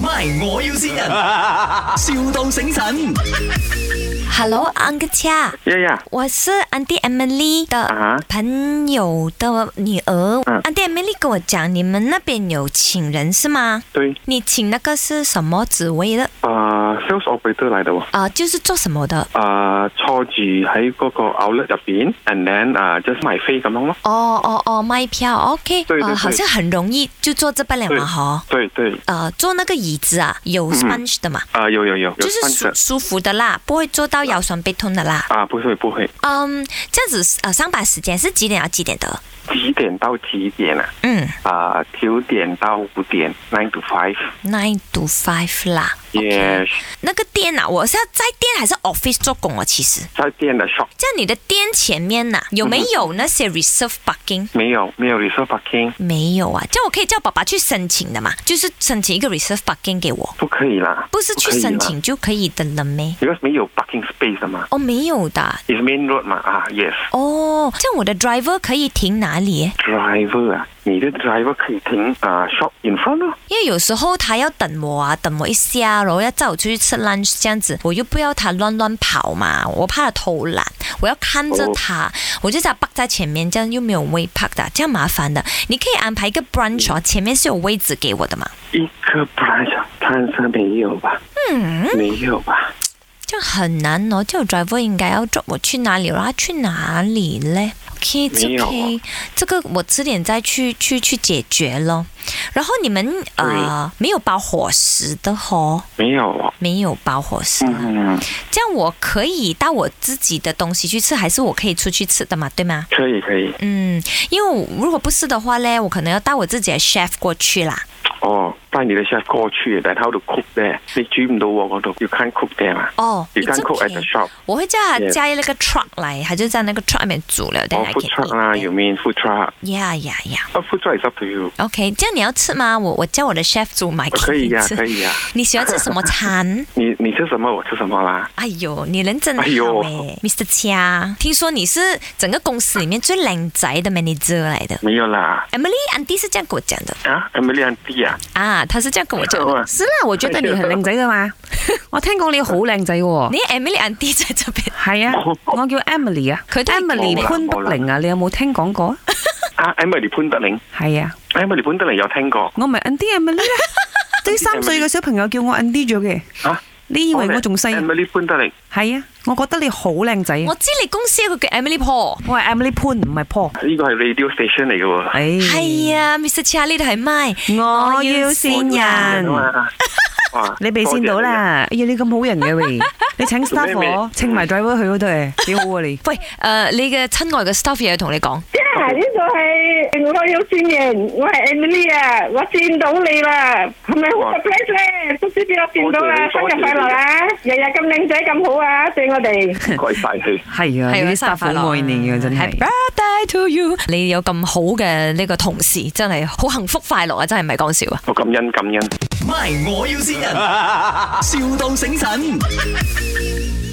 MY，我要先人，, 笑到醒神。 Hello, Uncle Chia，呀呀，我是 Auntie Emily 的啊，朋友的女儿。嗯 Auntie Emily 跟我讲，你们那边有请人是吗？对，你请那个是什么职位的？啊、s a l e s operator 嚟嘅喎，啊、就是做什么的？啊、坐住喺嗰個 outlet 入邊，and then 啊、just 賣飛咁樣咯，哦哦哦，卖票，OK，对对呃对好像很容易，就做这半两对嘛，哈。對對，呃，做那个椅子啊，有 sponge 的嘛，啊、有有有有就是舒分舒服的啦，不会做到腰酸背痛的啦。啊，不會不會，嗯，这样子呃，上班时间是几点到几点的？幾點到幾點啊？嗯啊、九點到五點，nine to five，yes， ，nine to five 啦。OK 那个店啊，我是要在店还是 office 做工啊？其实，在店的 shop 在你的店前面呐、有没有那些 reserve parking？沒有沒有 reserve parking，没有啊，这样我可以叫爸爸去申请的嘛，就是申请一个 reserve parking 给我，不可以啦，不是去可以啦申請就可以的了咩？ ，because 沒有 parking space 啊嘛哦，没有的。 ，is main road 嘛，啊，yes。哦，这样我的 driver 可以停哪里耶？ driver 啊，你的 driver 可以停啊、shop in front 咯，因为有时候他要等我啊，等我一下，然后要载我出去吃 lunch 这样子，我又不要他乱乱跑嘛，我怕他偷懒，我要看哦着他我就叫他 park 在前面，这样又没有位 park 的，这样麻烦的。你可以安排一个 brunch 嗯哦，前面是有位置给我的嘛，一个 branch 看是没有吧？嗯，没有吧？这样很难哦。这个 driver 应该要 drop 我去哪里，然后他去哪里嘞？OK，没有 OK，这个我迟点再去去去解决咯。然后你们呃没有包伙食的哦，没有哦。没有包伙食啊。嗯，这样我可以带我自己的东西去吃，还是我可以出去吃的嘛？对吗？可以可以。嗯，因为我如果不是的话嘞，我可能要带我自己的 chef 过去啦。哦，帶你的 chef 過去，但喺度 cook 咧，你煮唔到喎嗰度，要 can cook 嘅嘛。哦， You 你 can 这 cook at 便 the 宜， shop，我会叫他 Yes 加那个 truck 来，他就在那个 truck 里面煮了。哦 then I food can truck 啦，eat ，you mean food truck？ that Yeah yeah yeah。啊，food truck is up to you。 OK，这样你要吃吗？我我叫我的 chef 煮买可给你以呀，吃可。以呀。？你喜欢吃什么餐 你你吃什么，我吃什么啦。哎呦，你人真好哎哎呦，Mr. 掐，听说你是整个公司里面最靓仔的 manager 来的。没有啦， Emily Andy 是这样跟我讲的。啊，Emily and D 啊，哦啊，他是这样跟我讲的。哇是啦，我覺得你係靚仔噶嘛，我聽講你好靚仔喎。你 Emily Andy 在这边，係啊，我叫 Emily 啊，佢都係 Emily 冇啦潘北玲啊，你有冇聽講過啊？啊，Emily 潘德玲係啊， ，Emily 潘德玲有聽過我咪 Andy Emily 啦，啲三歲嘅小朋友叫我 Andy 咗嘅，啊？你以為我仲細啊？ Emily 潘德玲，係啊，我覺得你好靚仔啊我，知你公司有個叫 Emily Paul。我係 Emily 潘唔係 Paul，呢個係 radio station 嚟嘅喎。哎係啊，Mr. Chia 呢度係 My，我要善啊人，哇你被善 到。啦，哎呀，你咁好人嘅喂，你請做咩 staff 我，請埋 driver 去嗰度誒，幾好啊你。喂，诶、你嘅親愛嘅 staff 又要同你講，啊！呢度系我有線人，我係 Emily à, 啊，我見到你啦，係咪好 surprise 咧？都知俾我見到啦，生多謝日你快樂啊！日日咁靚仔咁好啊，對我哋。唔該晒佢。係啊，係你啊啲 staff 好愛你啊，真係 Happy。birthday to you！你有咁好嘅呢個同事，真係好幸福快樂啊！真係唔係講笑啊！我感恩感恩。 MY，我要先人，,笑到醒神。